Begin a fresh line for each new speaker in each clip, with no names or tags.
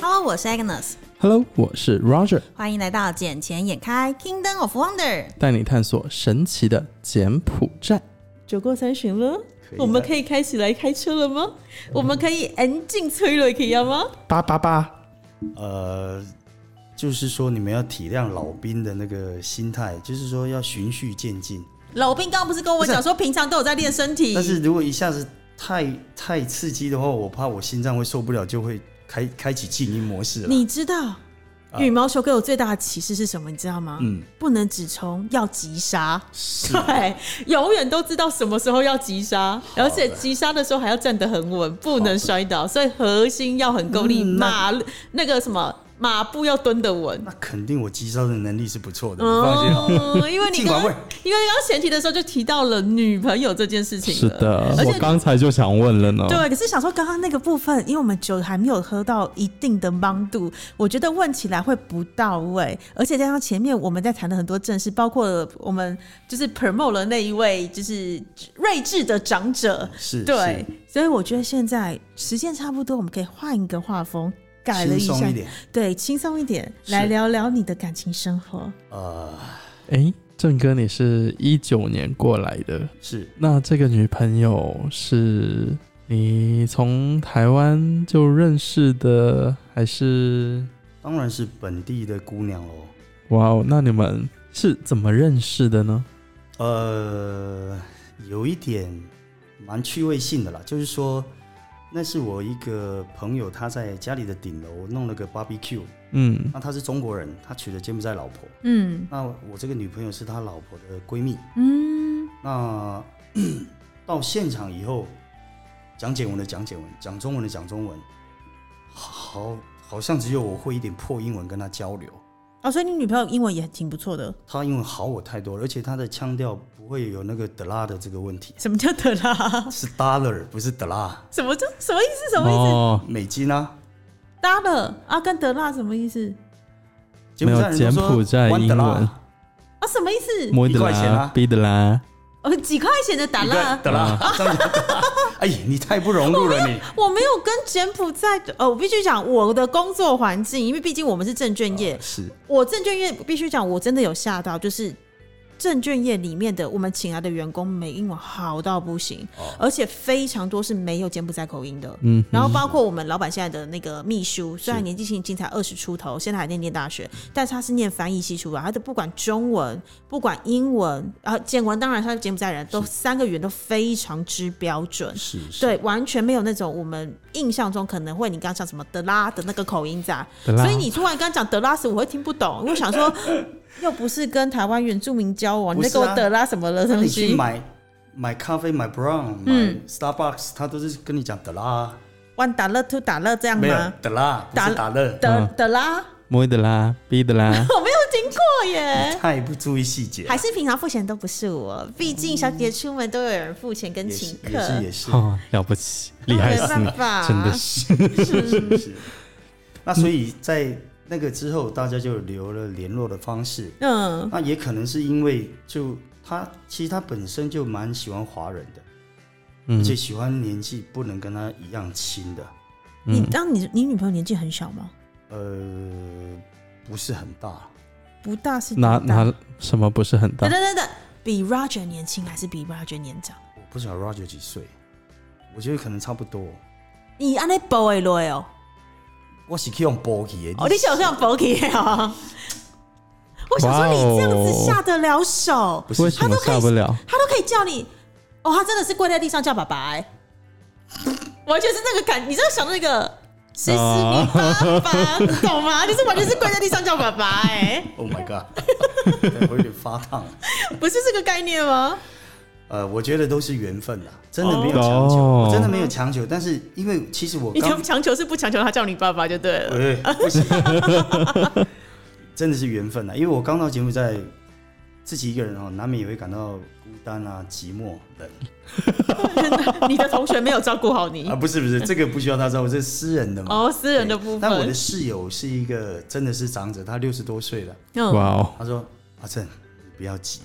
Hello，我是 Agnes，
Hello，我是 Roger，
欢迎来到《眼前眼开 Kingdom of Wonder》。
带你探索神奇的柬埔寨。
酒过三巡了，
以的
啊
我们可以开始来开车了吗？我们可以安静催泪，可以吗？
八八八，
呃，就是说你们要体谅老兵的那个心态，就是说要循序渐进。
老兵刚刚不是跟我讲说，平常都有在练身
嗯
体，
但是如果一下子太太刺激的话，我怕我心脏会受不了，就会开开启静音模式了。
你知道羽毛球给我最大的启示是什么？你知道吗？嗯，不能只冲，要急刹。对，永远都知道什么时候要急刹，而且急刹的时候还要站得很稳，不能摔倒，所以核心要很够力，
嗯
马那个什么马步要蹲得稳。
那肯定我击杀的能力是不错的，你放心好了。
哦，因为你
尽管
刚刚
问
因为刚刚前提的时候就提到了女朋友这件事情
是的，
而
我
且
刚才就想问了呢。
对，可是想说刚刚那个部分，因为我们酒还没有喝到一定的帮度，我觉得问起来会不到位，而且加上前面我们在谈的很多正事，包括我们就是 promote 了那一位就是睿智的长者，
是，
对，所以我觉得现在时间差不多，我们可以换一个画风，改
是，
了
轻
一下，
松一点。
对，轻松一点来
是
聊聊你的感情生活。
呃，
哎，郑哥，你是一九年过来的，
是
那这个女朋友是你从台湾就认识的，还是？
当然是本地的姑娘喽。
哇哦，那你们是怎么认识的呢？
呃，有一点蛮趣味性的啦，就是说，那是我一个朋友，他在家里的顶楼弄了个 barbecue，
嗯
那他是中国人，他娶的柬埔寨老婆，
嗯
那我这个女朋友是他老婆的闺蜜，
嗯，
那到现场以后，讲解文的讲解文，讲中文的讲中文，好，好像只有我会一点破英文跟他交流，
哦，所以你女朋友英文也挺不错的。
他英文好我太多了，而且他的腔调不会有那个德拉的这个问题。
什么叫的啦？
是 dollar 不是德拉，
什么叫什么意思？什么意思？
哦，
美金啊。
搭了啊，跟德拉什么意思？
没有
人都说
柬埔寨
one 德拉
英文
啊，什么意思？
摩的
一块钱
啦
啊，
逼的啦，
哦，几块钱的达
一个
拉，
德拉，
啊
这样子哎，你太不融入 了你。
我没有跟柬埔寨的，呃，我必须讲我的工作环境，因为毕竟我们是证券业，
是
我证券业必须讲，我真的有吓到，就是证券业里面的我们请来的员工，每英文好到不行，而且非常多是没有柬埔寨口音的。
嗯，
然后包括我们老板现在的那个秘书，虽然年纪轻轻才二十出头，现在还在念大学，但是他是念翻译系出来，他的不管中文，不管英文，然后柬文当然他是柬埔寨人，都三个语言都非常之标准。
是是，
对，完全没有那种我们印象中可能会你刚讲什么德拉的那个口音在，
德拉
所以你突然刚讲德拉斯，我会听不懂，我 想说又不是跟台湾原住民交往，你
不
在
是啊
跟我德拉什么了
那
东
你去
西？
买买咖啡、买 brown、买
嗯
Starbucks，他都是跟你讲德拉，
万打乐 two 打乐这样
没有
吗？
德拉，不是
达
达勒，
德
嗯
德拉，，
摩的啦，逼的啦
我没有听过耶。
太不注意细节了。
还是平常付钱都不是我，毕竟小姐姐出门都有人付钱跟
也
请
是
客
也，是也是
哦，了不起，厉害死你
没办，法
真的是。
是是是。 那所以在那个之后，大家就留了联络的方式。
嗯，
那也可能是因为就他其实他本身就蛮喜欢华人的，
嗯
而且喜欢年纪不能跟他一样轻的，嗯
你当你你女朋友年纪很小吗？
呃，不是很大，
不大是
哪
多大
哪什么不是很大
等？等等等，比 Roger 年轻还是比 Roger 年长？
我不晓得 Roger 几岁，我觉得可能差不多。
你安尼播的落哦，
我是去用波奇的，
哦，你想像博起 哦。我想说你这样子下得了手，
不
为
是
什么下不了？
他都可以叫你，哦，他真的是跪在地上叫爸爸、欸，完全是那个感，你真的想那个。谁是你爸爸？你懂
啊
吗？就是完全是跪在地上叫爸爸、欸，
？Oh my god！对我有点发烫。
不是这个概 念吗？
呃，我觉得都是缘分啦，啊真的没有强求，
哦
我真的没有强求。但是因为其实我
你
刚
强强求是不强求他叫你爸爸就对 了。
哎，不行， 真的是缘分啊！因为我刚到柬埔寨，自己一个人哦，难免也会感到孤单啊、寂寞、冷
你的同学没有照顾好 你
啊。不是不是，这个不需要他照顾，这是私人的嘛。
哦，私人的部
但我的
分。
室友是一个真的是长者，他六十多岁了。
嗯，
哇哦，
他说：“阿正，你不要急，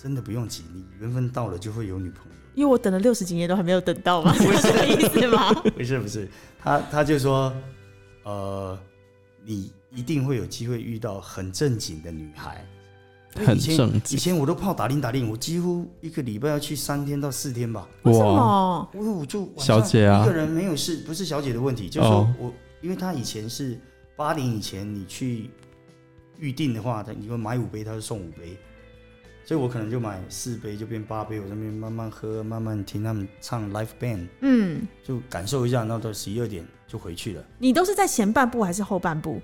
真的不用急，你缘分到了就会有女朋友。”
因为我等了六十几年都还没有等到嘛，是这个意思吗？
不是不是，他他就说，呃，你一定会有机会遇到很正经的女孩。
很
以前
正
以
经
前我都泡打铃打铃，我几乎一个礼拜要去三天到四天吧。
为什
哇，哦
因
么？
为我就晚
小
上
姐啊
一个人没有事，不是小姐的问题，就是说
哦
我，因为她以前是八点以前你去预定的话，她你会买五杯，她就送五杯，所以我可能就买四杯就变八杯，我在那边慢慢喝，慢慢听他们唱 live band，
嗯，
就感受一下，然后到十一二点就回去了。
你都是在前半部还是后半部？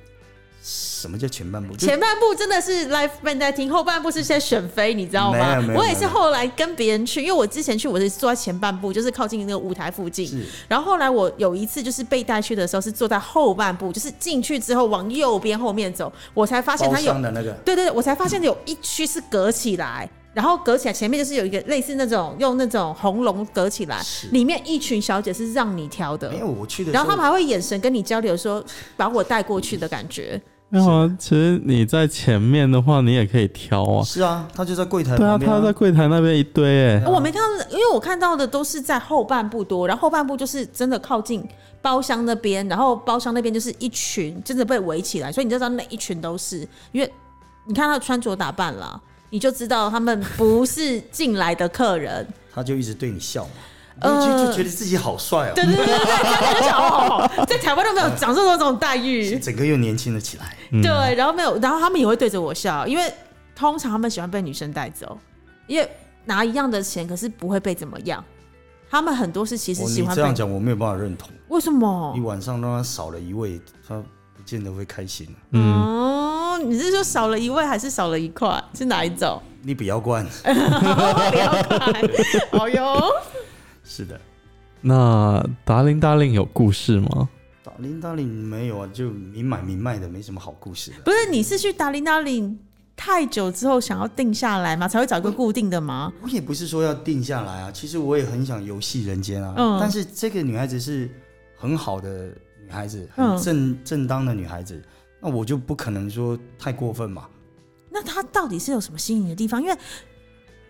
什么叫前半部？就
前半部真的是 live band 在听，后半部是在选妃，你知道
没
吗
有没？有
我也是
没有
后来跟别人去，因为我之前去我是坐在前半部，就是靠近那个舞台附近。
是
然后后来我有一次就是被带去的时候是坐在后半部，就是进去之后往右边后面走，我才发现
包
它有
厢的那个，
对对，对，我才发现有一区是隔起来，然后隔起来前面就是有一个类似那种用那种红龙隔起来
是，
里面一群小姐是让你挑的
没，有我去的时
然后
候
他们，还会眼神跟你交流说把我带过去的感觉。
没有啊，其实你在前面的话，你也可以挑啊。
是啊，他就在柜台
对啊，
旁边、
他在柜台那边一堆哎、
对啊
我没看到，因为我看到的都是在后半部多，然后后半部就是真的靠近包厢那边，然后包厢那边就是一群真的被围起来，所以你就知道那一群都是，因为你看他穿着打扮啦，你就知道他们不是进来的 客人。
他就一直对你笑嘛，
呃
你就就觉得自己好帅哦、
对对对对对，真的想哦，在台湾都没有享受到这种待遇。
整个又年轻了起来。
嗯
对，然后没有，然后他们也会对着我笑，因为通常他们喜欢被女生带走，因为拿一样的钱，可是不会被怎么样。他们很多是其实
我
喜
哦你
欢
这样
被，哦
讲，我没有办法认同。
为什么
你？晚上让他少了一位，他不见得会开心。啊
嗯，
哦，你是说少了一位还是少了一块？是哪一 种？
你比较惯，
不要看，哦哟，
是的。
那达令达令有故事吗？
打铃打铃没有啊，就明买明卖的，没什么好故事的。
不是，你是去达林达林太久之后想要定下来吗？才会找一个固定的吗？
我也不是说要定下来啊，其实我也很想游戏人间啊。
嗯
但是这个女孩子是很好的女孩子，
嗯
很正、正当的女孩子，那我就不可能说太过分嘛。
那他到底是有什么吸引你的地方？因为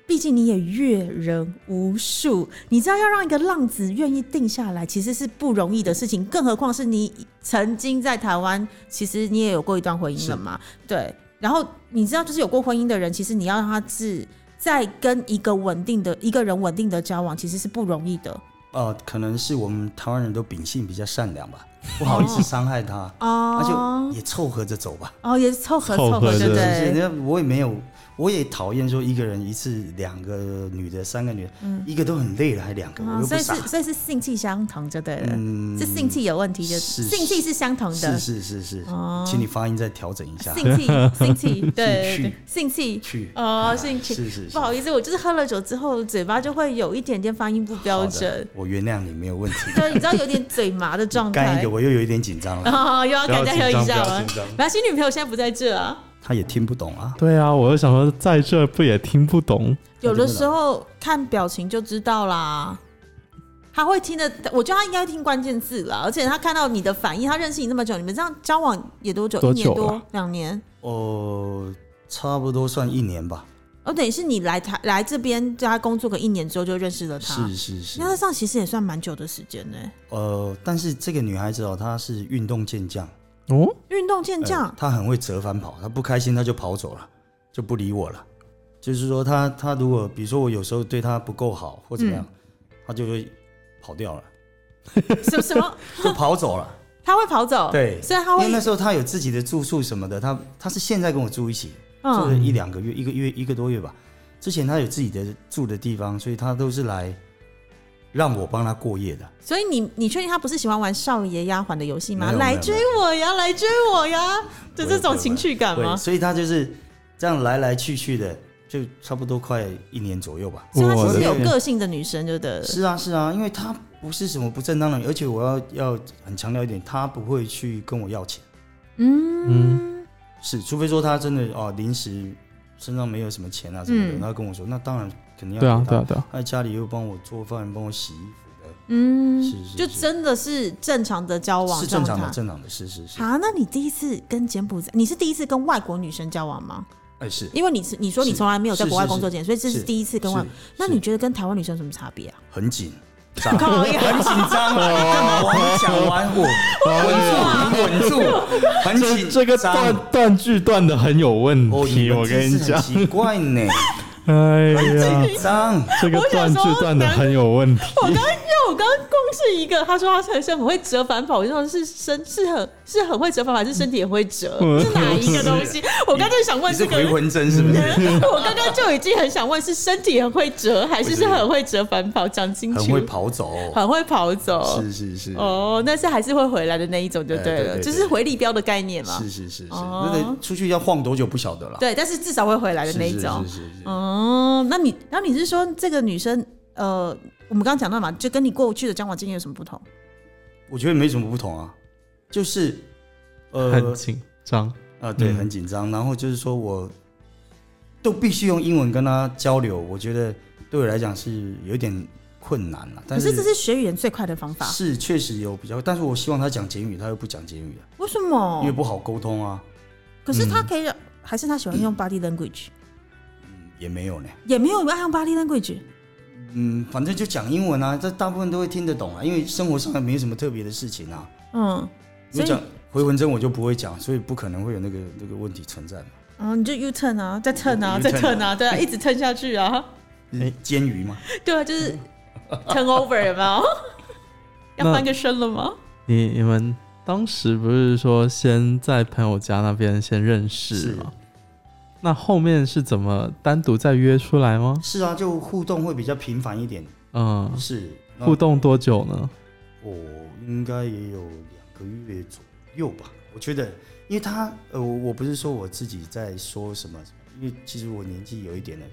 毕竟你也阅人无数，你知道要让一个浪子愿意定下来，其实是不容易的事情，更何况是你曾经在台湾，其实你也有过一段婚姻了嘛？对。然后你知道，就是有过婚姻的人，其实你要让他是在跟一个稳定的一个人稳定的交往，其实是不容易的
呃，可能是我们台湾人都秉性比较善良 吧，不好意思伤害她，那、
哦
就。也凑合着走吧。
哦，也是凑合
凑合
凑合，对
着
是
不对？
那我也没有，我也讨厌说一个人一次两个女的、三个女的，一个都很累了，还两个，我
哦
又
嗯所
不
以
傻
是。所以是性气相同就对了，
嗯
是性气有问题就是性气是相同的
是，是是是
哦，
请你发音再调整一下。
性气，性气，对对
兴
对
趣，
性气，
去
哦，
啊
性气，
是是
不好意思，我就是喝了酒之后，嘴巴就会有一点点发音不标，
是好
准
的，我原谅你没有问题。
对，你知道有点嘴麻的状
干一
态
个，我又有一点紧张了，
哦，又要
不要
赶再喝
紧张
一下
不要
了
紧张。
马新女朋友现在不在这啊，
他也听不懂啊。
对啊，我就想说，在这不也听不懂？
有的时候看表情就知道啦。他会听的，我觉得他应该会听关键字啦，而且他看到你的反应，他认识你那么久，你们这样交往也多久？
多
一年
久
多
了，
两年。
哦，差不多算一年吧。
哦，等于是你来台来这边，在他工作个一年之后就认识了他。
是是是
那，他上其实也算蛮久的时间呢、
呃，但是这个女孩子哦，她是运动健将，
哦，
运动健
呃
将，
她很会折返跑，她不开心她就跑走了，就不理我了。就是说她，她如果比如说我有时候对她不够好或怎么样，
嗯
她就会跑掉了，
什么什么，
就跑走了。
他会跑
嗯
走，
对
所以他
因为
会
那时候她有自己的住宿什么的，她她是现在跟我住一起，住了
嗯，
一两个月，一个月一个多月吧。之前她有自己的住的地方，所以她都是来让我帮她过夜的。
所以你你确定他不是喜欢玩少爷丫鬟的游戏吗？
没有
来追我呀，来追我呀的这种情趣感
对，
吗？
所以她就是这样来来去去的，就差不多快一年左右吧。
所以她其
我
实
的
是有
天
个性的女生，就对了。
是啊，是啊，因为她不是什么不正当的人，而且我要要很强调一点，她不会去跟我要钱，
嗯，
是，除非说她真的哦临时身上没有什么钱啊什么的，
嗯
她跟我说，那当然肯定要
对啊，对
给她
啊，对啊，
她在家里又帮我做饭，帮我洗衣服的，
嗯
是是
就是真的是正常的交往
是正常的，
状态
正常的，是是是，
啊，那你第一次跟柬埔寨，你是第一次跟外国女生交往吗？
哎是。
因为你是你说你
是
从来没有在
是
国外
是
工作前，所以这是
是
第一次跟外
是。
那
是
你觉得跟台湾女生有什么差别啊？
很紧，炸，很紧张啊！干嘛？我还没讲完，我稳住，你稳住，很
这
紧
这个
张
断断句断的很有问
哦，你
题，
们
我跟你
真是
讲
很，奇怪呢，
哎 呀，
紧张。
这个
我想
断句
说
断的
难
很有问题。
我刚刚因为我刚刚公示一个，他说他是很会折返跑，我就说是身是很是很会折返跑，还是身体也会折？是哪一个 东西？我刚刚就想问
嗯你
这
是
个
回。魂针 是不是？
我刚刚就已经很想问，是身体很会折，还是
不是
是很会折返跑？讲清楚，
很会，跑走，
很会跑走。
是是是，
哦，那是还是会回来的那一种就对
哎对
了，
对对
就是回力标的概念嘛。
是是是是，
哦
那得出去要晃多久不晓得啦。
对，但是至少会回来的
是
那一种
是。是是是，
哦，那你，然后你是说这个女生，呃，我们刚刚讲到嘛，就跟你过去的交往经验有什么不同？
我觉得没什么不同啊，就是
很
呃
紧张，
啊，对，
嗯
很紧张，然后就是说我都必须用英文跟他交流，我觉得对我来讲是有点困难了。
可
但
是这是学语言最快的方法，
是确实有比较，但是我希望他讲简语，他又不讲简语啊，
为什
因为
么？
不好沟通啊，
可是他可以，还是他喜欢用 body language，
也没有呢。
也没有人爱用 body language。
嗯，反正就讲英文啊，这大部分都会听得懂啊，因为生活上没什么特别的事情啊。
嗯，
你
所以
讲回魂针我就不会讲，所以不可能会有那个那个问题存在嘛。
嗯，你就 U turn 啊，再 turn 啊，
U-turn
再 turn 啊，对啊，一直 turn 下去啊，
哎，煎鱼嘛，
对啊，就是 turn over 有没 有？要
那
翻个身了吗？
你你们当时不是说先在朋友家那边先认识
是
吗？那后面是怎么单独再约出来吗？
是啊，就互动会比较频繁一点。
嗯，
是
互，动多久 呢？
那我应该也有两个月左右吧。我觉得，因为他呃，我我不是说我自己在说什么，因为其实我年纪有一点了，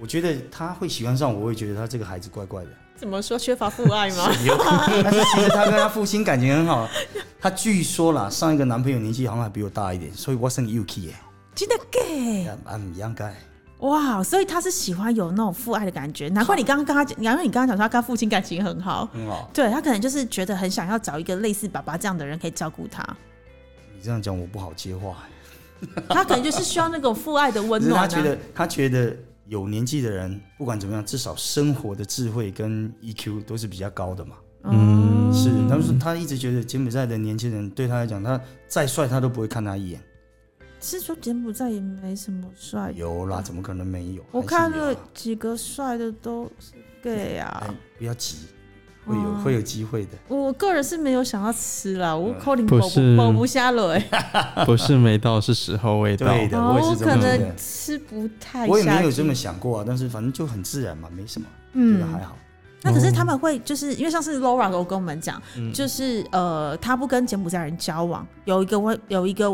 我觉得他会喜欢上我，我也觉得他这个孩子怪怪的。
怎么说缺乏父爱吗？
有可能，但是其实她跟她父亲感情很好。她据说啦，上一个男朋友年纪好像还比我大一点，所以我算 Yuki 耶
真的
哎
gay
，I'm y o u n g guy。
哇，所以他是喜欢有那种父爱的感觉，难怪你刚刚跟他讲，难怪你刚刚讲说他跟他父亲感情很好，
很好，
对他可能就是觉得很想要找一个类似爸爸这样的人可以照顾 他，
你这样讲我不好接话。
他可能就是需要那种父爱的
可
温
是
暖、
她
啊。
觉得，她觉得有年纪的人，不管怎么样，至少生活的智慧跟 EQ 都是比较高的嘛。
哦
嗯，
是，他们说她一直觉得柬埔寨的年轻人对她来讲，他再帅他都不会看他一眼。
是说柬埔寨也没什么帅的，
有啦，怎么可能没有？
哎我
还是
看
有
了
啦
几个帅的都是 gay
哎
啊。，哦
不要急，会有会有机会的。
我个人是没有想要吃啦，
嗯
我口令
不是
保不下了、欸，
不是没到，是时候未到。
对的，我也
我
是这么
可
觉
能
得。
吃不太下去。嗯
我也没有这么啊想过啊，但是反正就很自然嘛，没什么，觉得还好。
那可是他们会就是因为上次 Laura 有跟我们讲，
嗯
就是呃，他不跟柬埔寨人交往，有一个问有一个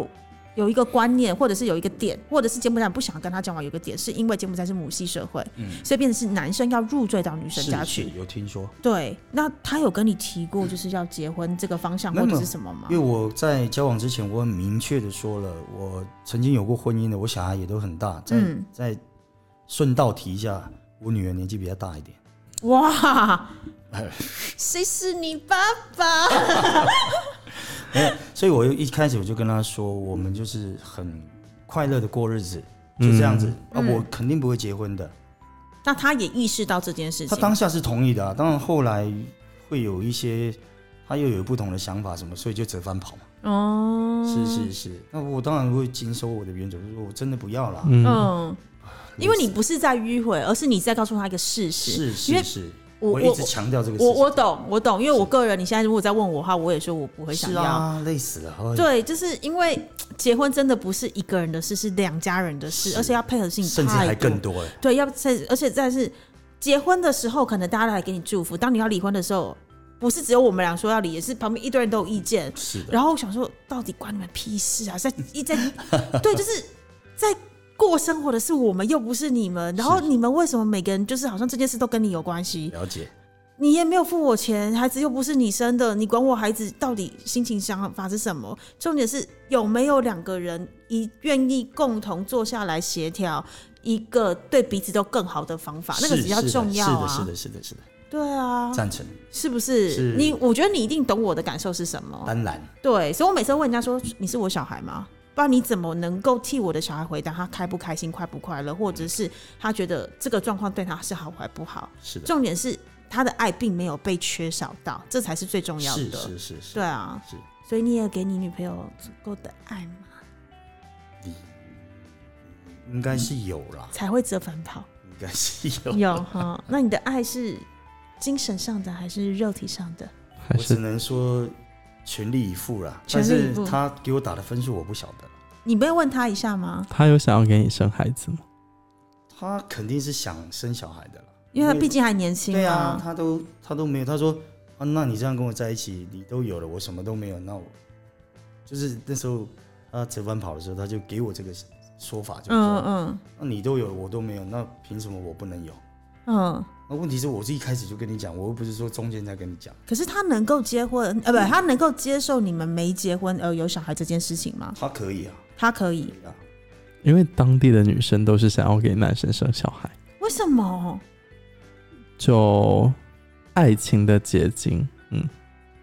有一个观念，或者是有一个点，或者是柬埔寨人不想跟他交往，有一个点是因为柬埔寨是母系社会，
嗯
所以变成是男生要入赘到女生家去。
有听说，
对，那他有跟你提过就是要结婚这个方向
没
或
有
者是什么吗
因为？我在交往之前，我很明确的说了，我曾经有过婚姻的，我小孩也都很大。再、
嗯
再顺道提一下，我女儿年纪比较大 一点，
哇，谁是你爸爸？
没有，所以我一开始我就跟她说，我们就是很快乐的过日子，就这样
嗯
子、啊，我肯定不会结婚的。
那他也意识到这件事
她
情，
当下是同意的、啊，当然后来会有一些，她又有不同的想法什么，所以就折返跑嘛。
哦，
是是是，那我当然会谨守我的原则，就是说我真的不要啦。
嗯，
嗯，因为你不是在迂回，而是你在告诉他一个事实。
是是
因为
是，
我
我一直强调这个事
我
情。
我懂，我懂，因为我个人，你现在如果再问我的话，我也说我不会想
是
要。
啊，累死了。哎，
对，就是因为嘖结婚真的不是一个人的事，是两家人的事，
是
而且要配合的事情
甚至
太
还更
多。
多哎。
对，要甚至而且再是结婚的时候，可能大家都来给你祝福；当你要离婚的时候，不是只有我们俩说要离，也是旁边一堆人都有意见。
是的，
然后我想说，到底关你们屁事啊？在一在 对，就是在过生活的是我们，又不是你们。然后你们为什么每个人就是好像这件事都跟你有关系？
了解。
你也没有付我钱，孩子又不是你生的，你管我孩子到底心情想法是什么？重点是有没有两个人一愿意共同坐下来协调一个对彼此都更好的方法，那个
是
比较
是的
重要啊。
是的，是的，是的，是
对啊
的，，赞成。
是不是？
是
你我觉得你一定懂我的感受是什么。
当然，
对，所以我每次问人家说你是我小孩吗？不然你怎么能够替我的小孩回答他开不开心、快不快乐，或者是他觉得这个状况对他是好还不好？
是的，
重点是他的爱并没有被缺少到，这才是最重要
是
的。
是是是，
对啊，
是
所以你也给你女朋友足够的爱嘛，
应该是有啦，
才会折返跑。
应该是有。
有哈，那你的爱是精神上的还是肉体上的？
还
我只
是
能说全力以赴啦，
全
但
力以
是
赴
他给我打的分数我不晓得，
你不会问他一下吗？
他有想要给你生孩子吗？
他肯定是想生小孩的啦，
因为他毕竟还年轻
对啊，他都他都没有，他说啊，那你这样跟我在一起，你都有了，我什么都没有，那我就是那时候他折返跑的时候，他就给我这个说法，就是
嗯
说，
嗯
那、你都有了，我都没有，那凭什么我不能有？
嗯。
那问题是我是一开始就跟你讲，我又不是说中间再跟你讲，
可是他能够结婚，呃，不，他能够接受你们没结婚而有小孩这件事情吗？
他可以啊，
他可以
可，以啊，
因为当地的女生都是想要给男生生小孩，
为什么？
就爱情的结晶。嗯，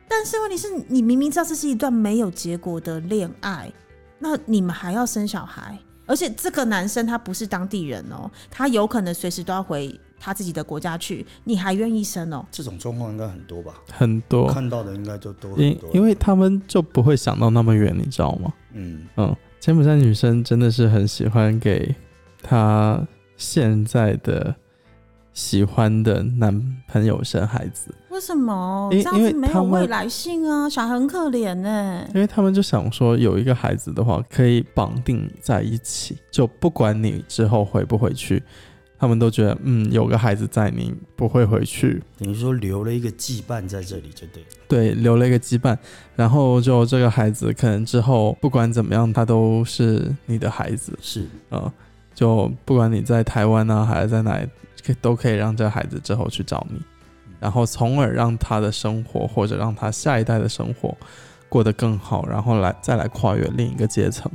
但是问题是你明明知道这是一段没有结果的恋爱，那你们还要生小孩，而且这个男生他不是当地人哦，他有可能随时都要回他自己的国家去，你还愿意生哦？
这种状况应该很多吧，
很多，
看到的应该就都很
因
多，
因为他们就不会想到那么远，你知道吗？
嗯，
嗯，柬埔寨女生真的是很喜欢给她现在的喜欢的男朋友生孩子，
为什么
因
这样子
因为
没
他
有
们
未来性啊？小孩很可怜呢、
因为他们就想说有一个孩子的话可以绑定你在一起，就不管你之后回不回去，他们都觉得嗯有个孩子在你不会回去，
等于说留了一个羁绊在这里就对了，
对，留了一个羁绊，然后就这个孩子可能之后不管怎么样，他都是你的孩子，
是
呃，就不管你在台湾啊，还是在哪里，可以都可以让这个孩子之后去找你，然后从而让他的生活或者让他下一代的生活过得更好，然后来再来跨越另一个阶层。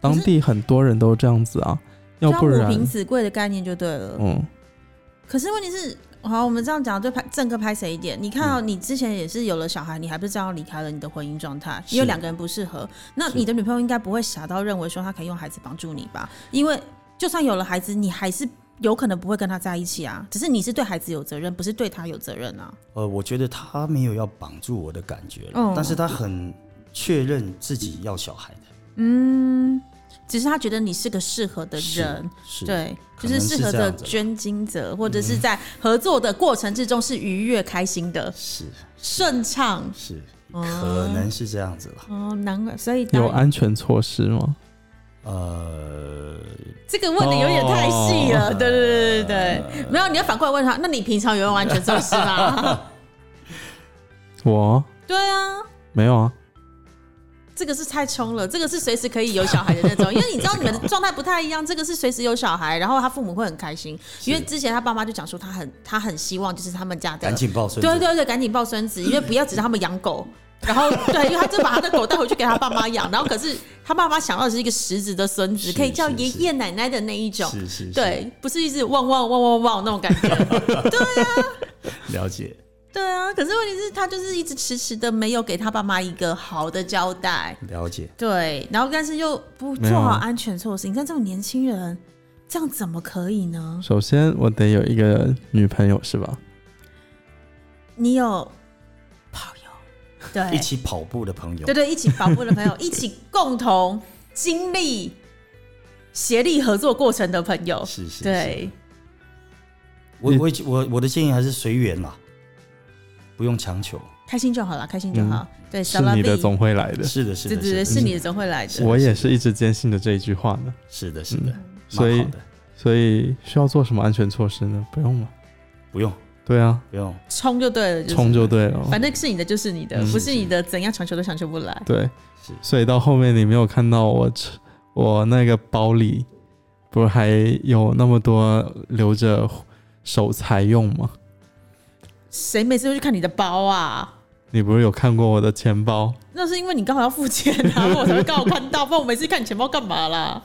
当地很多人都这样子啊，要
就
不
母
然，
凭子贵的概念就对了。
嗯，
可是问题是，好，我们这样讲对拍正哥拍谁一点？你看
嗯
到、你之前也是有了小孩，你还不是这样离开了你的婚姻状态，因为
是
两个人不适合。那
是
你的女朋友应该不会傻到认为说她可以用孩子帮助你吧？因为就算有了孩子，你还是有可能不会跟他在一起啊。只是你是对孩子有责任，不是对他有责任啊。
呃，我觉得他没有要绑住我的感觉了，
嗯
但是他很确认自己要小孩的
嗯，只是他觉得你是个适合的
是
人。
是，
对，
可
就是
能
适
是
合
这
的
样子吧嗯
捐精者，或者是在合作的过程之中是愉悦开心的、
是
顺畅。
是，
哦
可能是这样子了。
哦，难怪，所以大
有安全措施吗？
呃，
这个问的有点太细了，
哦
对对对对对，没有，你要反过来问他，那你平常有用安全措施 吗？
我
对啊，
没有啊，
这个是太冲了，这个是随时可以有小孩的那种，因为你知道你们的状态不太一样，这个是随时有小孩，然后他父母会很开心，因为之前他爸妈就讲说他很他很希望就是他们家的
赶紧抱孙子。
对对对，赶紧抱孙子，因为不要只让他们养狗。然后对，因为他就把他的狗带回去给他爸妈养，然后可是他爸妈想要的是一个实质的孙子，
是
可以叫
是
爷
是
爷奶奶的那一种，
是是，
对，不是一直汪汪汪汪汪那种感觉。
是了解。
对啊，可是问题是，他就是一直迟迟的没有给他爸妈一个好的交代。
了解，
对，然后但是又不
没
做
有啊
好安全措施，你看这种年轻人，这样怎么可以呢？
首先我得有一个女朋友是吧？
你有跑友，对
一，起跑步的朋友
对，对，一起跑步的朋友，一起共同经历协力合作过程的朋友，
是是，
对，
是我我我我的建议还是随缘啦，不用强求。
开心就好了，开心就好。对，
是你的
Salavi
总会来的，
是的，是
对
的，
对对，
是
是
的，
你的总会来的。
我也是一直坚信着这一句话呢。
是的，是的，
嗯所以
蛮好的
所以需要做什么安全措施呢？不用吗？
不用
对啊，
不用，
冲就对了，就是
冲就对了。
反正是你的就是你的，
嗯
不是你的怎样强求都强求不来。
对，
是
所以到后面你没有看到我吃我那个包里，不是还有那么多留着手财用吗？
谁每次都去看你的包啊？
你不是有看过我的钱包？
那是因为你刚好要付钱啊，我才会刚好看到，不然我每次看你钱包干嘛啦？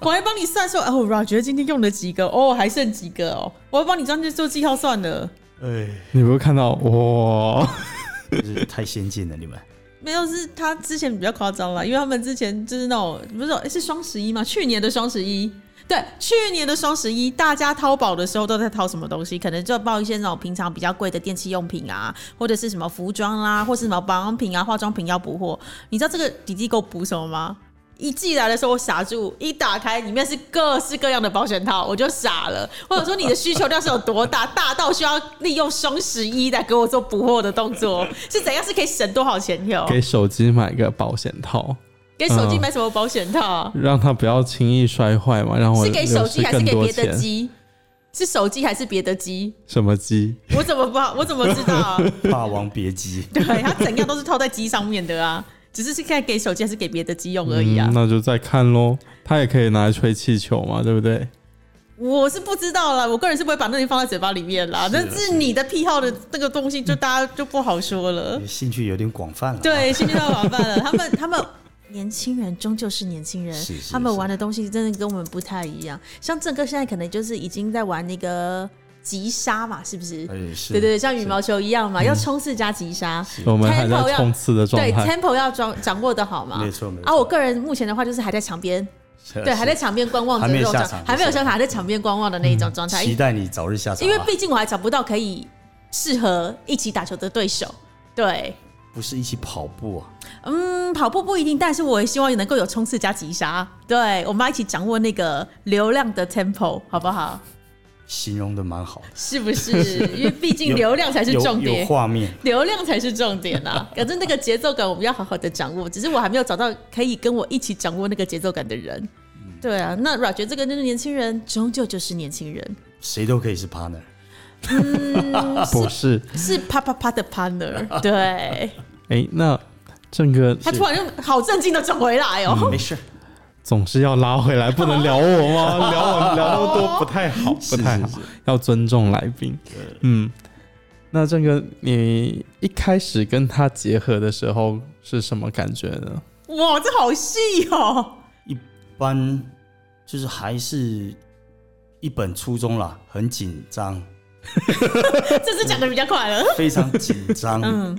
我还帮你算说，哦，Roger 今天用了几个，哦，还剩几个哦，我还帮你专去做记号算了。
哎，
你不是看到哇？
就是太先进了，你们
没有，是他之前比较夸张啦，因为他们之前就是那种不是说诶是双十一吗？去年的双十一，对，去年的双十一，大家淘宝的时候都在淘什么东西？可能就报一些那种平常比较贵的电器用品啊，或者是什么服装啦、或是什么保养品啊、化妆品要补货。你知道这个底基够补什么吗？一寄来的时候我傻住，一打开里面是各式各样的保险套，我就傻了。或者说你的需求量是有多大，大到需要利用双十一来给我做补货的动作，是怎样是可以省多少钱哟？
给手机买个保险套，
给手机买什么保险套啊？
让它不要轻易摔坏嘛，让我
是给手机
流失
还是
更
给
多
别的
钱？
机？是手机还是别的机？
什么机？
我怎么不好？我怎么知道、啊？
霸王别姬
对他怎样都是套在机上面的啊，只是是看给手机还是给别的机用而已啊
嗯，。那就再看喽。它也可以拿来吹气球嘛，对不对？
我是不知道啦，我个人是不会把那东西放在嘴巴里面
啊
啦。但是你的癖好的那个东西，就大家就不好说了。
兴趣有点广泛了。，
对，兴趣太广泛了，他们他们。年轻人终究是年轻人，
是是
他们玩的东西真的跟我们不太一样。像郑哥现在可能就是已经在玩那个急刹嘛，是不是？
哎是，嗯
对对对，像羽毛球一样嘛，要冲刺加急刹。
我们还在
Tempo 要
冲刺的状
对
态，
，tempo 要掌掌握的好嘛，
没错没错
啊，我个人目前的话就是还在场边，
是，
对，还在场边观望的
还没
那种
下
状
场
还没有
就是嗯
想法，还在场边观望的那一种状态，
期待你早日下场啊。
因为毕竟我还找不到可以适合一起打球的对手。对，
不是一起跑步啊，
嗯，跑步不一定，但是我也希望能够有冲刺加急刹。对，我们要一起掌握那个流量的 tempo，好不好？
形容的蛮好，
是不 是？因为毕竟
有
流量才是
有
重
有
点。
画面，
流量才是重点 啊！可是那个节奏感我们要好好的掌握，只是我还没有找到可以跟我一起掌握那个节奏感的人。
嗯
对啊，那阮觉这个就是年轻人，终究就是年轻人，
谁都可以是 partner。
不是？
是啪啪啪的 partner。对
哎，那郑哥
他突然就好震惊的转回来哦、
嗯
没事，
总是要拉回来，不能聊我 吗？聊我聊那么多不太 好，不太好
是，
要尊重来宾。嗯，那郑哥，你一开始跟他结合的时候是什么感觉呢？
嗯
哇，这好细哦、
一般就是还是一本初中啦，很紧 张，
这次讲的比较快 了。
非常紧张。
嗯，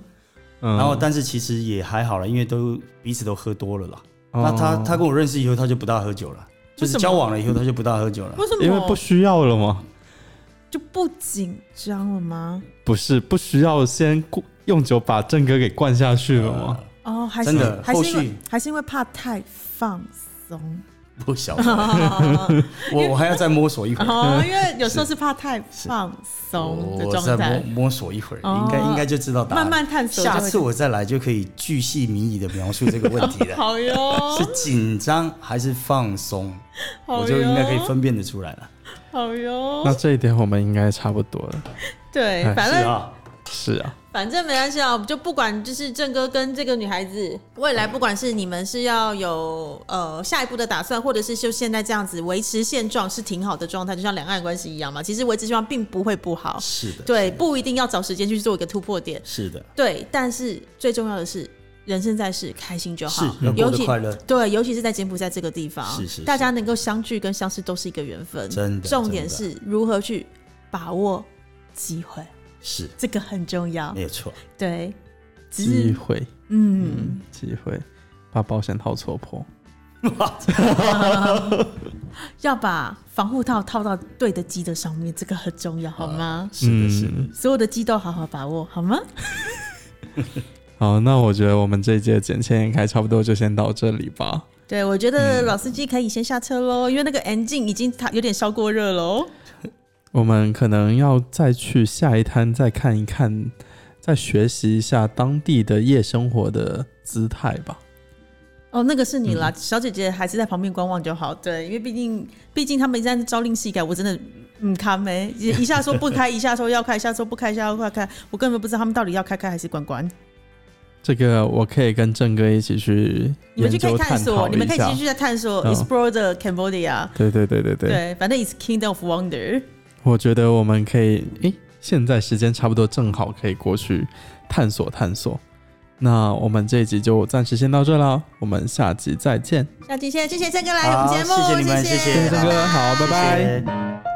嗯，
然后，但是其实也还好了，因为都彼此都喝多了啦。
哦
那他他跟我认识以后，他就不大喝酒了，就
为
是
什么
交往了以后，他就不大喝酒了。
为什么？
因为不需要了吗？
就不紧张了吗？
不是，不需要先过用酒把郑哥给灌下去了吗？
哦，还
真的
还是因
后
为
续
还是因为怕太放 松。
不晓得，我我还要再摸索一会儿，
哦，因为有时候是怕太放松的
我
状
再摸
态，
摸索一会儿，
哦
应该应该就知道答案。
慢慢探索就
下
会。
次我再来就可以巨细靡遗的描述这个问题了，
好哟，
是紧张还是放松，
好哟
我就应该可以分辨得出来了。
好哟。
呃那这一点我们应该差不多了。
对，反
是
正
啊，
是啊，
反正没关系啊，我们就不管就是郑哥跟这个女孩子，未来不管是你们是要有呃下一步的打算，或者是就现在这样子维持现状是挺好的状态，就像两岸关系一样嘛。其实维持现状并不会不好，
是的，
对，不一定要找时间去做一个突破点，
是的，
对。但是最重要的是，人生在世，开心就是好，
要过
尤
得
其
快乐。
对，尤其是在柬埔寨这个地方，
是是是
大家能够相聚跟相识都是一个缘分。
真的
重点
真
是如何去把握机会，
是
这个很重要
没。有错，
对，只
机
是
会，
嗯，
机会，把保险套戳破。
嗯
要把防护套套到对的鸡的上面，这个很重要，好嗯吗？
是的，是的，
所有的鸡都好好把握，好吗？
好，那我觉得我们这一届剪切眼开差不多就先到这里吧。
对，我觉
嗯
得老司机可以先下车喽，因为那个 N 镜已经它有点烧过热喽。
我们可能要再去下一摊再看一看，再学习一下当地的夜生活的姿态吧。
哦，那个是你
嗯
啦，小姐姐还是在旁边观望就好。对，因为毕竟毕竟他们在朝令夕改，我真的嗯 卡没，一一下说不开，一下说要开，一下说不开，一下说要开，我根本不知道他们到底要开开还是关关。
这个我可以跟郑哥一起去
你
研
们就可
究
以探
探讨
索，你们
一
可以
下
继。续在探索
嗯
explore the Cambodia。
对对对对对，
对，反正 is kingdom of wonder。
我觉得我们可以，诶，现在时间差不多，正好可以过去探索探索。那我们这一集就暂时先到这啦，我们下集再见。
下期谢谢谢谢郑哥来我们节目，
好谢谢你们谢谢
郑哥，好，拜拜。
谢谢